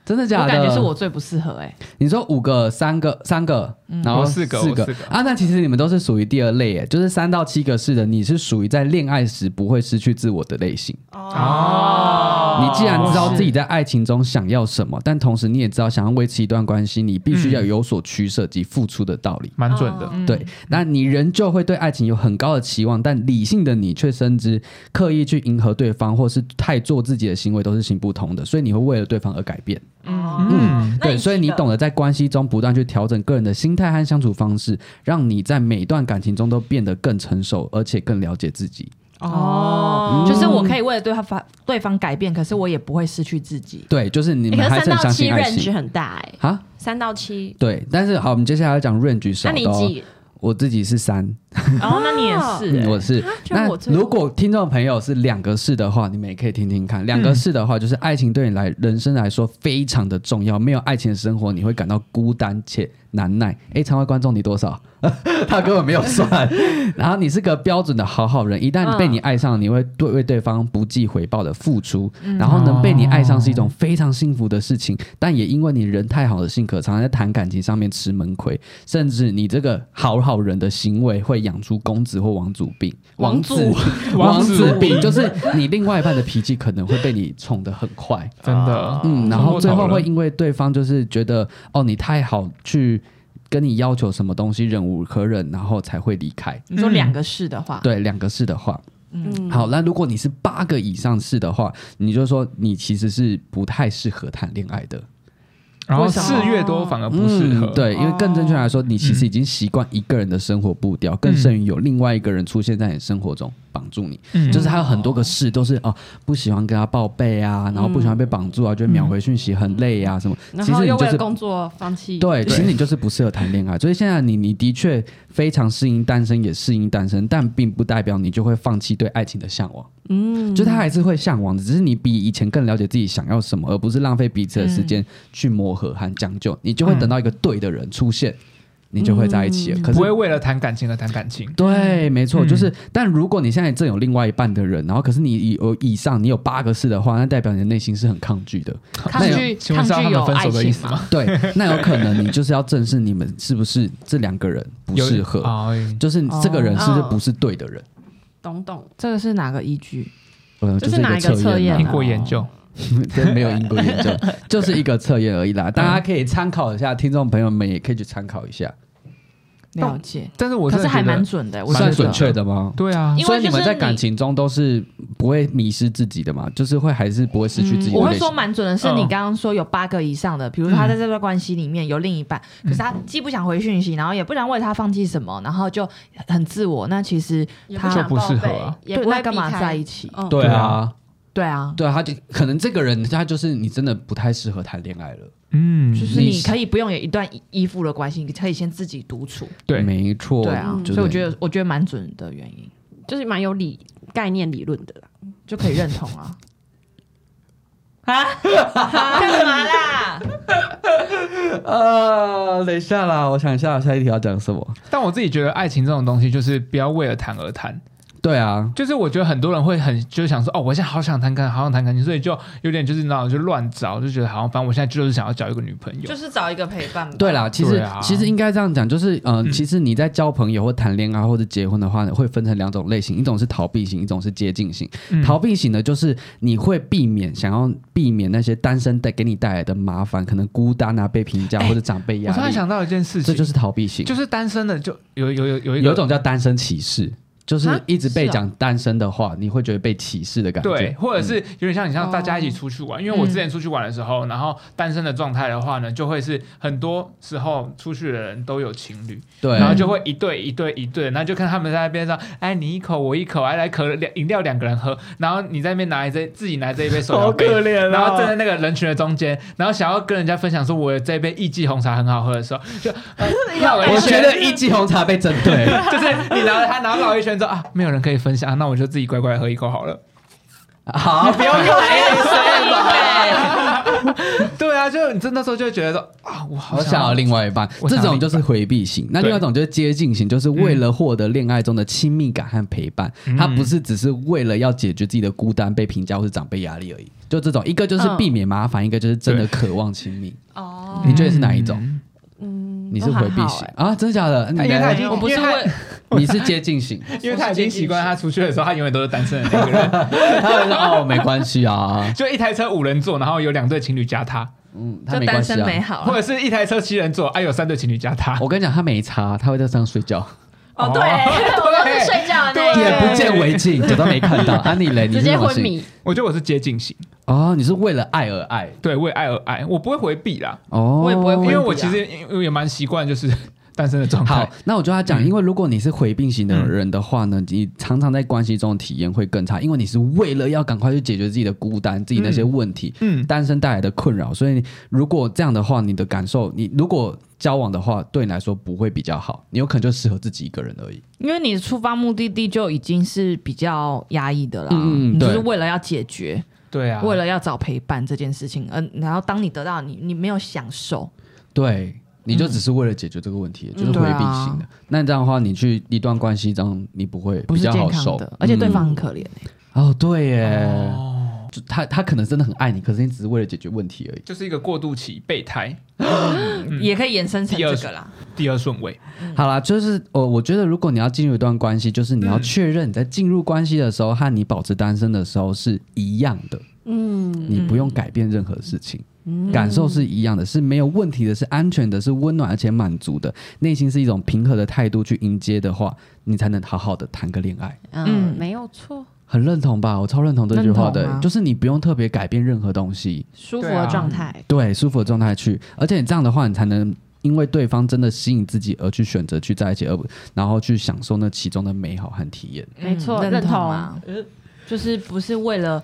B: 真的
A: 我
B: 假的？
A: 感觉是我最不适合哎。
B: 你说五个、三个、三个，
A: 嗯
B: 然后
C: 我哦四个
B: 四
C: 我四个
B: 啊？那其实你们都是属于第二类，哎，就是三到七个是的，你是属于在恋爱时不会失去自我的类型。
E: 哦
C: 哦
B: 你既然知道自己在爱情中想要什么，但同时你也知道想要维持一段关系，你必须要有所取舍及付出的道理。
C: 蛮准的。
A: 嗯
B: 对，那你仍旧会对爱情有很高的期望，但理性的你却深知，刻意去迎合对方或是太做自己的行为都是行不通的，所以你会为了对方而改变。
C: 嗯，
E: 哦那
B: 对，所以
E: 记
B: 你
E: 得
B: 懂得在关系中不断去调整个人的心态和相处方式，让你在每段感情中都变得更成熟，而且更了解自己。
A: 哦，就是我可以为了对方发对方改变，可是我也不会失去自己。
B: 对，就是你
E: 欸
B: 们
E: 可
B: 还
E: 是
B: 是
E: 三
B: 很
E: 到
B: 相
E: 七
B: 信爱情
E: range 很大哎，
B: 啊。
E: 三到七，
B: 对，但是好，我们接下来要讲 range 少
E: 那
B: 的、
E: 你
B: 哦。
E: 几？
B: 我自己是三，
A: 然哦后那你也
B: 嗯
A: 是欸
B: 我是。
E: 居
B: 那
E: 然啊我最
B: 如果听众朋友是两个是的话，你们也可以听听看。两个是的话，就是爱情对你来人生来说非常的重要，没有爱情的生活你会感到孤单且难耐。诶，场外观众你多少？ 他根本没有 算。然后你是个标准的好好人，一旦被你爱上，你会对为对方不计回报的付出。
E: 嗯
B: 然后能被你爱上是一
E: 哦
B: 种非常幸福的事情，但也因为你人太好的性格，常常在谈感情上面吃闷亏，甚至你这个好好人的行为会养出公子或王族病。
E: 王
B: 子
E: 族
B: 王
C: 王
B: 子
C: 子
B: 病
C: 病
B: 就是你另外一半的脾气可能会被你宠得很快。
C: 真的。
B: 啊嗯，然后最后
C: 生活
B: 会
C: 讨论
B: 因为对方就是觉得哦你太好去跟你要求什么东西忍无可忍，然后才会离开。
A: 你说两个是的话，
B: 嗯对，两个是的话，
E: 嗯，
B: 好，那如果你是八个以上是的话，你就说你其实是不太适合谈恋爱的，
C: 然后
A: 为什么
C: 事越多反而不适合。
B: 嗯对，因为更正确来说，你其实已经习惯一个人的生活步调，更甚于有另外一个人出现在你生活中绑住你。
C: 嗯，
B: 就是他有很多个事都是哦，不喜欢跟他报备啊，然后不喜欢被绑住啊，就会秒回讯息很累啊什么。
E: 然
B: 其
E: 后
B: 实
E: 又
B: 你就
E: 为了
B: 是
E: 工作放弃，
B: 对，其
C: 对
B: 实你就是不适合谈恋爱。所以现在你你的确非常适应单身，也适应单身，但并不代表你就会放弃对爱情的向往。嗯，就他还是会向往的，只是你比以前更了解自己想要什么，而不是浪费彼此的时间去磨合和将就。你就会等到一个对的人出现，你就会在一起了。可是
C: 不会为了谈感情而谈感情。
B: 对，没错，
C: 嗯
B: 就是。但如果你现在正有另外一半的人，然后可是你有以上你有八个是的话，那代表你的内心是很抗拒的。
A: 抗
B: 那
A: 拒
C: 有请问
A: 抗
C: 是要
A: 拒
C: 他
A: 有
C: 们分
A: 爱
C: 手的意
A: 情
C: 思
A: 吗？
C: 吗？
B: 对，那有可能你就是要正视你们是不是这两个人不
C: 有
B: 适合，
C: 哎
B: 就是你这个人是不是
E: 哦
B: 不是对的人？
E: 懂懂，
A: 这个是哪个依据？哦
B: 呃，
E: 这
B: 就是是
E: 哪一个
B: 个测验
E: 测
C: 英
E: 验
B: 啊，
C: 国研究，
B: 对没有英国研究，就是一个测验而已啦。大家可以参考一下，听众朋友们也可以去参考一下，
A: 了解，
C: 但是我
A: 可
C: 真
A: 是
C: 的
A: 还
C: 觉得
A: 蛮准的，我觉
B: 算
A: 得
B: 准确。的吗？
C: 对啊
A: 因，为
B: 所以你
A: 就
B: 们
A: 是
B: 在感
A: 你
B: 情中都是不会迷失自己的嘛，就是会还是不会失去自
A: 嗯
B: 己
A: 我
B: 的
A: 会
B: 内心
A: 说。蛮准的，是你
C: 嗯
A: 刚刚说有八个以上的，比如说他在这段关系里面有另一半，可是他既不想回讯息，然后也不想为他放弃什么，然后就很自我。那其实
E: 也
A: 他
E: 不想
C: 就不
E: 报
C: 适合
E: 备
C: 啊
E: 也
A: 对
E: 不
A: 那
E: 会
A: 干嘛
E: 避开
A: 在一起？
E: 嗯
B: 对啊，
A: 对啊，
B: 对啊，他就可能这个人他就是你真的不太适合谈恋爱了。
C: 嗯，
A: 就是
B: 你
A: 你可以不用有一段依依附的关系，你可以先自己独处。
C: 对
B: 没错。
A: 对啊，
B: 嗯就
A: 所以我觉
B: 得
A: 得我觉得蛮准的原因
E: 就是蛮有理概念理论的啦。
A: 就可以认同 啊。啊， 干嘛啦？
B: 呃，等一下啦，我想一下下一题要讲什么。
C: 但我自己觉得爱情这种东西，就是不要为了谈而谈。
B: 对啊，
C: 就是我觉得很多人会很就是想说，哦，我现在好想谈感情，好想谈感情，所以就有点就是那种就乱找，就觉得好像反正我现在就是想要找一个女朋友
A: 就。是找一个陪伴吧。
B: 对啦，其实、
C: 对啊
B: 其实应该这样讲，就是呃，
C: 嗯
B: 其实你在交朋友或谈恋爱或者结婚的话呢，会分成两种类型，一种是逃避型，一种是接近型。
C: 嗯
B: 逃避型的就是你会避免想要避免那些单身带给你带来的麻烦，可能孤单啊、被评价
C: 哎
B: 或者长辈
C: 我
B: 压
C: 突然
B: 力，
C: 想到一件事
B: 这
C: 情，
B: 就是逃避型。
C: 就是单身的就有有有有一个
B: 有一种叫单身歧视，就是
A: 啊
B: 一直被
A: 是哦
B: 讲单身的话，你会觉得被歧视的感觉。嗯哦
C: 对，或者是有点像你像大家一起出去玩，因为我之前出去玩的时候，然后单身的状态的话呢，就会是很多时候出去的人都有情侣，
B: 对，
C: 然后就会一对一对一对，然后就看他们在那边说，哎，你一口我一口，哎，来可两饮料两个人喝，然后你在那边拿着自己拿着一杯手 摇杯，
B: 怜啊
C: 然后站在那个人群的中间，然后想要跟人家分享说我的这杯意记红茶很好喝的时候，就呃绕了
B: 我
C: 一
B: 觉
C: 圈，
B: 得一记红茶被针 对。
C: 就是你拿了它，然后绕一圈之后啊，没有人可以分享，啊那我就自己乖乖喝一口好了。
B: 好，不要用 ASM
C: 对啊，就你真的时候就会觉得说啊，我好
B: 我想
C: 想
B: 要
C: 要
B: 另外一半，
C: 我
B: 这
C: 想要
B: 种就是回避型。那
C: 对
B: 另外一种就是接近型，就是为了获得恋爱中的亲密感和陪伴，
C: 嗯
B: 他不是只是为了要解决自己的孤单、被评价或是长辈压力而已。就这种，一个
C: 嗯
B: 就是避免麻烦，一个就是真的渴望亲密。
A: 哦，
B: 你觉得是哪一种？
C: 嗯
E: 嗯，
B: 你是回避
E: 都还好
B: 型
E: 欸
B: 啊？真的假的？你
C: 因为他已
B: 呢
C: 经，
A: 我不是
C: 因为他
A: 为
B: 你是接近型，
C: 因为他已经习惯他出去的时候，他永远都是单身的那个 人，
B: 他会说哦，没关系啊，
C: 就一台车五人座，然后有两对情侣加他，
B: 嗯，他
A: 就
B: 没
A: 单
B: 关系
A: 身美
B: 啊。
A: 好
C: 或
A: 啊。
C: 者是一台车七人座，哎、有三对情侣加他，
B: 我跟你讲，他没差，他会在车上睡觉，
E: 哦， 对，我都是睡觉的
C: 对
E: 那
B: 也
E: 个，
B: 不见为净，假装没看到。安妮蕾，你
E: 直
B: 是
E: 接
B: 什么
E: 昏
B: 型
E: 迷。
C: 我觉得我是接近型，
B: 哦，你是为了爱而爱
C: 对，为爱而爱，我不会回避啦，
B: 哦，
A: 我也不会
C: 因
A: 回避
C: 为
A: 啊
C: 我其实因为也蛮习惯就是 单身的状态
B: 好。，那我就要讲，
C: 嗯
B: 因为如果你是回避型的人的话呢，你常常在关系中的体验会更差，因为你是为了要赶快去解决自己的孤单、自己那些问题、
C: 嗯，
B: 单身带来的困扰，所以如果这样的话，你的感受，你如果交往的话，对你来说不会比较好，你有可能就适合自己一个人而已。
A: 因为你的出发目的地就已经是比较压抑的啦，
B: 嗯嗯
A: 你就是
B: 对
A: 为了要解决，
C: 对啊，
A: 为了要找陪伴这件事情，嗯、然后当你得到你，你没有享受，
B: 对。你就只是为了解决这个问题，就是回避型
A: 对
B: 的。
A: 啊
B: 那这样的话，你去一段关系中，你不会
A: 不
B: 比
A: 是
B: 较
A: 健
B: 好
A: 康
B: 受
A: 的，，而且对方
B: 嗯
A: 很可怜、欸
B: 哦，对耶，
C: 哦，
B: 就他他可能真的很爱你，可是你只是为了解决问题而已。
C: 就是一个过渡期备胎，嗯
A: 也可以延伸成
C: 第二
A: 这个啦。
C: 第二顺位。
B: 好啦，就是呃我我觉得，如果你要进入一段关系，就是你要
C: 嗯
B: 确认你在进入关系的时候和你保持单身的时候是一样的，
E: 嗯，
B: 你不用改变任何事情。感受是一样的，是没有问题的，是安全的，是温暖而且满足的，内心是一种平和的态度去迎接的话，你才能好好的谈个恋爱。
E: 嗯，没有错，
B: 很认同吧？我超认同这句话
A: 认
B: 的
A: 同，啊
B: 就是你不用特别改变任何东西，
E: 舒服
C: 对啊
E: 的状态，
B: 对，舒服的状态去，而且你这样的话，你才能因为对方真的吸引自己而去选择去在一起，而不然后去享受那其中的美好和体验。
E: 没错，
A: 嗯
E: 认
A: 啊，
B: 呃
A: 就是不是为了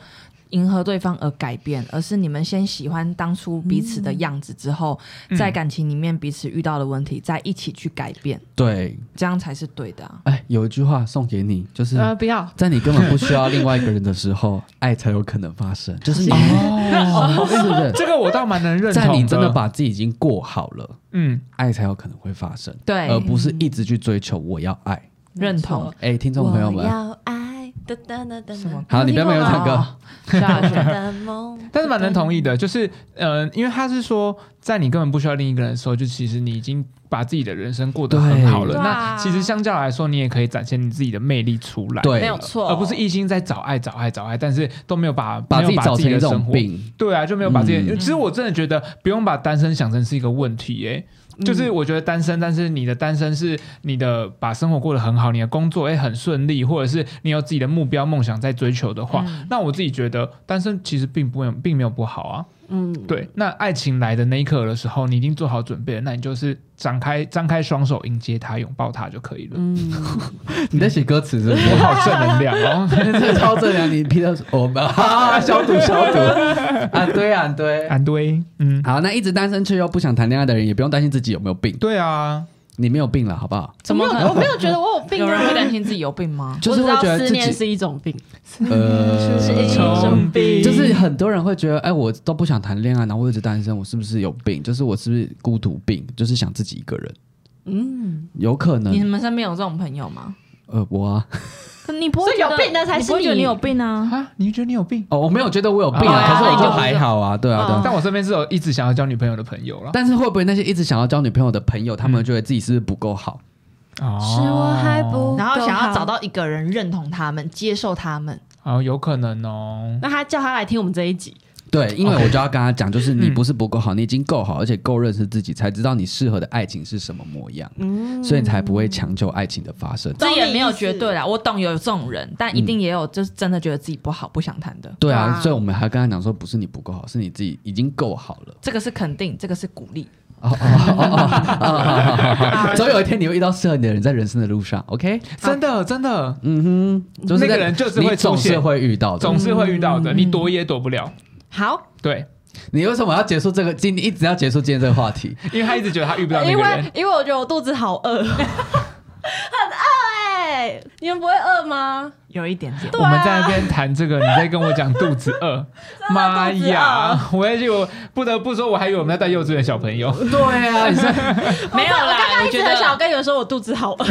A: 迎合对方而改变，而是你们先喜欢当初彼此的样子，之后、
C: 嗯
A: 在感情里面彼此遇到的问题，再一起去改变，
B: 对，
A: 这样才是对的、啊。
B: 哎，有一句话送给你，就是。
E: 呃，不要，
B: 在你根本不需要另外一个人的时候，爱才有可能发 生。就是你，
C: 哦
B: 哦是不是？
C: 这个我倒蛮能认同
B: 在
C: 的。
B: 你真的把自己已经过好了，
C: 嗯，
B: 爱才有可能会发生，
A: 对
B: 而呃不是一直去追求我要爱。
A: 认同。
B: 哎，听众朋友
D: 我
B: 们，
D: 要爱哒哒哒哒
A: 什么
B: 好，你不要没有唱
A: 哦
B: 歌，
A: 下
D: 我的梦，
C: 但是蛮能同意的，就是呃，因为他是说，在你根本不需要另一个人的时候，就其实你已经把自己的人生过得很好了。
E: 对
C: 那其实相较来说，你也可以展现你自己的魅力出来，
B: 对
E: 没有错，
C: 而不是一心在找爱、找爱、找爱，但是都没有把
B: 把
C: 没
B: 自
C: 有
B: 己
C: 把
B: 找
C: 自
B: 成
C: 己
B: 一
C: 的
B: 种
C: 生活。
B: 病。
C: 对啊，就没有把自己。
B: 嗯
C: 其实我真的觉得不用把单身想成是一个问题耶、就是我觉得单身，但是你的单身是你的把生活过得很好，你的工作也哎很顺利，或者是你有自己的目标梦想在追求的话，
A: 嗯
C: 那我自己觉得单身其实并不并没有不好啊。
E: 嗯，
C: 对，那爱情来的那一刻的时候，你已经做好准备了，那你就是张开张开双手迎接它，拥抱它就可以了。
E: 嗯，
B: 你在写歌词是不
C: 我
B: 是？
C: 好正能量 哦，
B: 真的超正啊常，你批的我们啊，消毒消毒啊，对啊对。
C: 安 堆，嗯，
B: 好，那一直单身却又不想谈恋爱的人，也不用担心自己有没有病，
C: 对啊，
B: 你没有病了，好不好？
A: 怎么可
E: 我没
A: 能
E: 有我没有觉得我有病
A: 有人会
E: 啊。
A: 担心自己有病吗？
B: 就
E: 我
B: 是
E: 知
B: 会
E: 道
B: 觉得哎
E: 思
B: 自己
E: 念是一种病，
B: 呃
E: 是一
C: 种病
B: 就是很多人会觉得，哎，我都不想谈恋爱，然后我一直单身，我是不是有病？就是我是不是孤独病？就是想自己一个人，
E: 嗯，
B: 有可
A: 你
B: 能。
A: 们身边有这种朋友吗？
B: 呃，我啊，
A: 可你不会
E: 所以有
A: 觉得
E: 病的才是
A: 你不会觉得
E: 你
A: 你有病啊？
C: 啊，你觉得你有病？
B: 哦，我没有觉得我有病
C: 哦
B: 啊，可是我
A: 那
B: 就
A: 就
B: 还好啊，对啊，对啊。
C: 但我身边是有一直想要交女朋友的朋友了，
B: 但是会不会那些一直想要交女朋友的朋友，他们觉得自己是不是不够好？
C: 哦
D: 是我还不
A: 然后想要找
D: 到
A: 到一个人认同他们、接受他们，
C: 哦，有可能哦，
E: 那他叫他来听我们这一集，
B: 对，因为
C: OK
B: 我就要跟他讲，就是你
C: 嗯
B: 不是不够好，你已经够好，而且够认识自己，才知道你适合的爱情是什么模样，
E: 嗯，
B: 所以你才不会强求爱情的发生。
A: 这
E: 懂
A: 也
E: 你
A: 没有
E: 意思
A: 绝对啦。我懂有这种人，但一定也有就是真的觉得自己不好、不想谈的。
B: 对啊，
E: 哇
B: 所以我们还跟他讲说，不是你不够好，是你自己已经够好了。
A: 这个是肯定，这个是鼓励。
B: 哦哦哦哦哦！总有一天你会遇到适合你的人，在人生的路上，OK？
C: 真的真的
B: 嗯哼，就是在
C: 那个人就是会
B: 你总
C: 出现
B: 是会遇到的
C: 总。是会遇到的，
A: 嗯
C: 你躲也躲不了。
E: 好，
C: 对，
B: 你为什么要结束这个？今一直要结束今天这个话题？
C: 因为他一直觉得他遇不到那
E: 因
C: 个
E: 为
C: 人，
E: 因为我觉得我肚子好饿， 很饿哎，你们不会饿吗？
A: 有一点点
E: 对
C: 我们
E: 啊
C: 在那边谈这个，你在跟我讲肚子饿，妈
E: 肚子
C: 呀！我也就不得不说，我还以为我们在带幼稚园小朋友。
B: 对啊，你是。
A: 没有
E: 我
A: 啦
E: 刚刚，
A: 我
E: 一直
A: 觉
E: 很想
A: 得
E: 跟你们说我肚子好饿，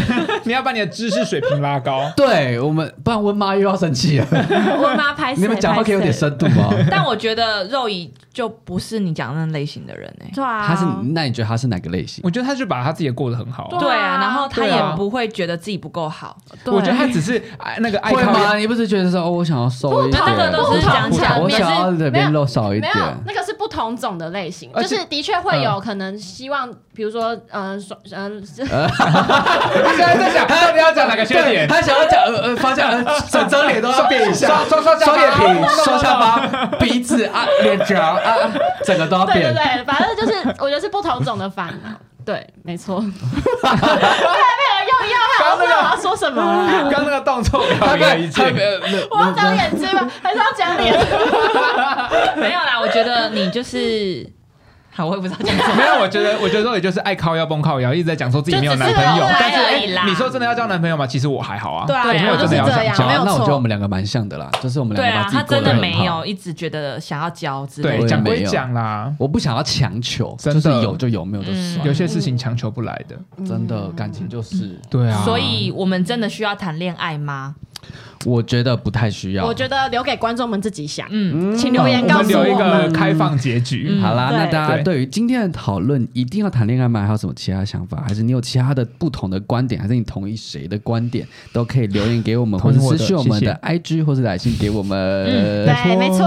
C: 你要把你的知识水平拉高
B: 对我们，不然温妈又要生气了。
E: 我妈拍死
B: 你们讲话可以有点，深度哦。
A: 但我觉得肉姨就不是你讲的那类型的人哎、
E: 拍死对啊，
B: 他是，那你觉得他是哪个类型？
C: 我觉得他就把他自己也过得很好啊。
E: 对
A: 对啊，然后他
C: 对啊
A: 也不会觉得自己不够好，
E: 对
C: 我觉得他只是哎那个爱
B: 会
C: 靠
B: 吗？你不是觉得说，哦，我想要瘦一点，
A: 不同那个都是讲起来
B: 我想要这边肉少一
E: 没有
B: 点，。嗯
E: 那个是不同种的类型，
C: 而
E: 就
C: 且
E: 是的确会有可能希望，比如说，嗯，双，嗯，是
C: 他现在在想到底要讲哪个缺点？
B: 他想要讲呃呃方向， 呃整张脸都要变一下，
C: 双双
B: 双眼皮、双下巴、 鼻子啊、脸颊啊，啊整个都要
E: 对对
B: 变。
E: 对，反正就是 我觉得是不同种的烦恼。对，没错。对，没有用药，
C: 刚刚那
E: 我不
C: 个
E: 知道我要说什么
C: 刚
E: 了啦。
C: 刚那个动作表
B: 他
C: 明了
B: 被
C: 一
B: 他
C: 切。
B: 被没
E: 我要长眼睛吗？还是要 讲脸？
A: 没有啦，我觉得你就是， 好，我也不知道讲什么。
C: 没有，我觉得，我觉得肉也就是爱靠腰崩靠腰，一直在讲说自己没有男朋友
A: 就只是偶。尔
C: 但是
A: 而已啦
C: 哎你说真的要交男朋友吗？其实我还好啊，
A: 对啊
C: 我没有真的要
E: 就是这
C: 想
E: 样
C: 交
E: 没。有
B: 那我
E: 错
B: 觉得我们两个蛮像的啦，就是我们
A: 对
B: 两个
A: 啊
B: 把，自己
A: 他
B: 过
A: 真
B: 得
A: 的
B: 很
A: 没有
B: 好。
A: 一直觉得想要交之类
C: 对，啊
A: 的。
B: 我也
C: 讲
B: 没
C: 归
B: 有
C: 讲啦，
B: 我不想要强求，
C: 真
B: 就
C: 的
B: 是有就有，没有就算。
C: 有些事情强求不来
E: 嗯
C: 的。
B: 真的感情就是，
C: 对啊，
A: 所以我们真的需要谈恋爱吗？
B: 我觉得不太需要。
E: 我觉得留给观众们自己想。
A: 嗯，
E: 请留言
C: 我
E: 告
C: 们
E: 诉
C: 留一
E: 我
C: 个
E: 们。
C: 开放结局。
A: 嗯
B: 好啦，
E: 对
B: 那大家
C: 对
B: 对于今天的讨论，一定要谈恋爱吗？还有什么其他想法？还是你有其他的不同的观点？还是你同意谁的观点？都可以留言给我们，或
C: 同意
B: 者
C: 我
B: 私
C: 的
B: 讯我们
C: 谢谢
B: 的 IG，或是来信给我们。
E: 嗯对，没错。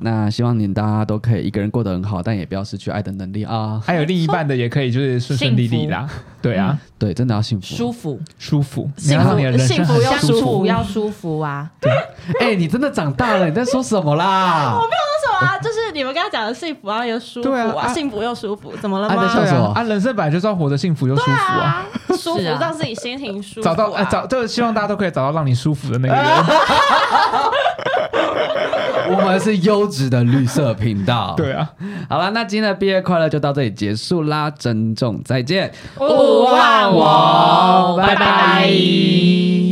B: 那希望你大家都可以一个人过得很好，但也不要失去爱的能力啊！
C: 还有另一半的也可以，就是顺顺利利啦。对啊，
B: 对，真的要幸福。
A: 舒服，
C: 舒服，你
E: 幸
C: 要让你的
E: 福，
C: 人
E: 幸
C: 生
E: 福
C: 很
E: 又
A: 相
E: 舒
A: 处
E: 服，
A: 要舒服啊！
B: 哎、你真的长大了，你在说什么啦？
E: 什么啊？就是你们刚才讲的幸福啊，又舒服
C: 对啊
E: 啊，
C: 啊
E: 幸福又舒服，怎么了
B: 啊
E: 吗
B: 你在？笑
C: 对
B: 什
C: 啊
B: 么，
C: 啊，人生本来就是要活得幸福又舒服啊。
E: 啊，舒服
A: 是啊
E: 让自己心情舒服
C: 找
E: 啊。
C: 到哎，找就是希望大家都可以找到让你舒服的那个人。
B: 我们是优质的绿色频道。
C: 对，啊，
B: 好了，那今天的毕业快乐就到这里结束啦，珍重，再见。
E: 勿忘我，
A: 拜拜。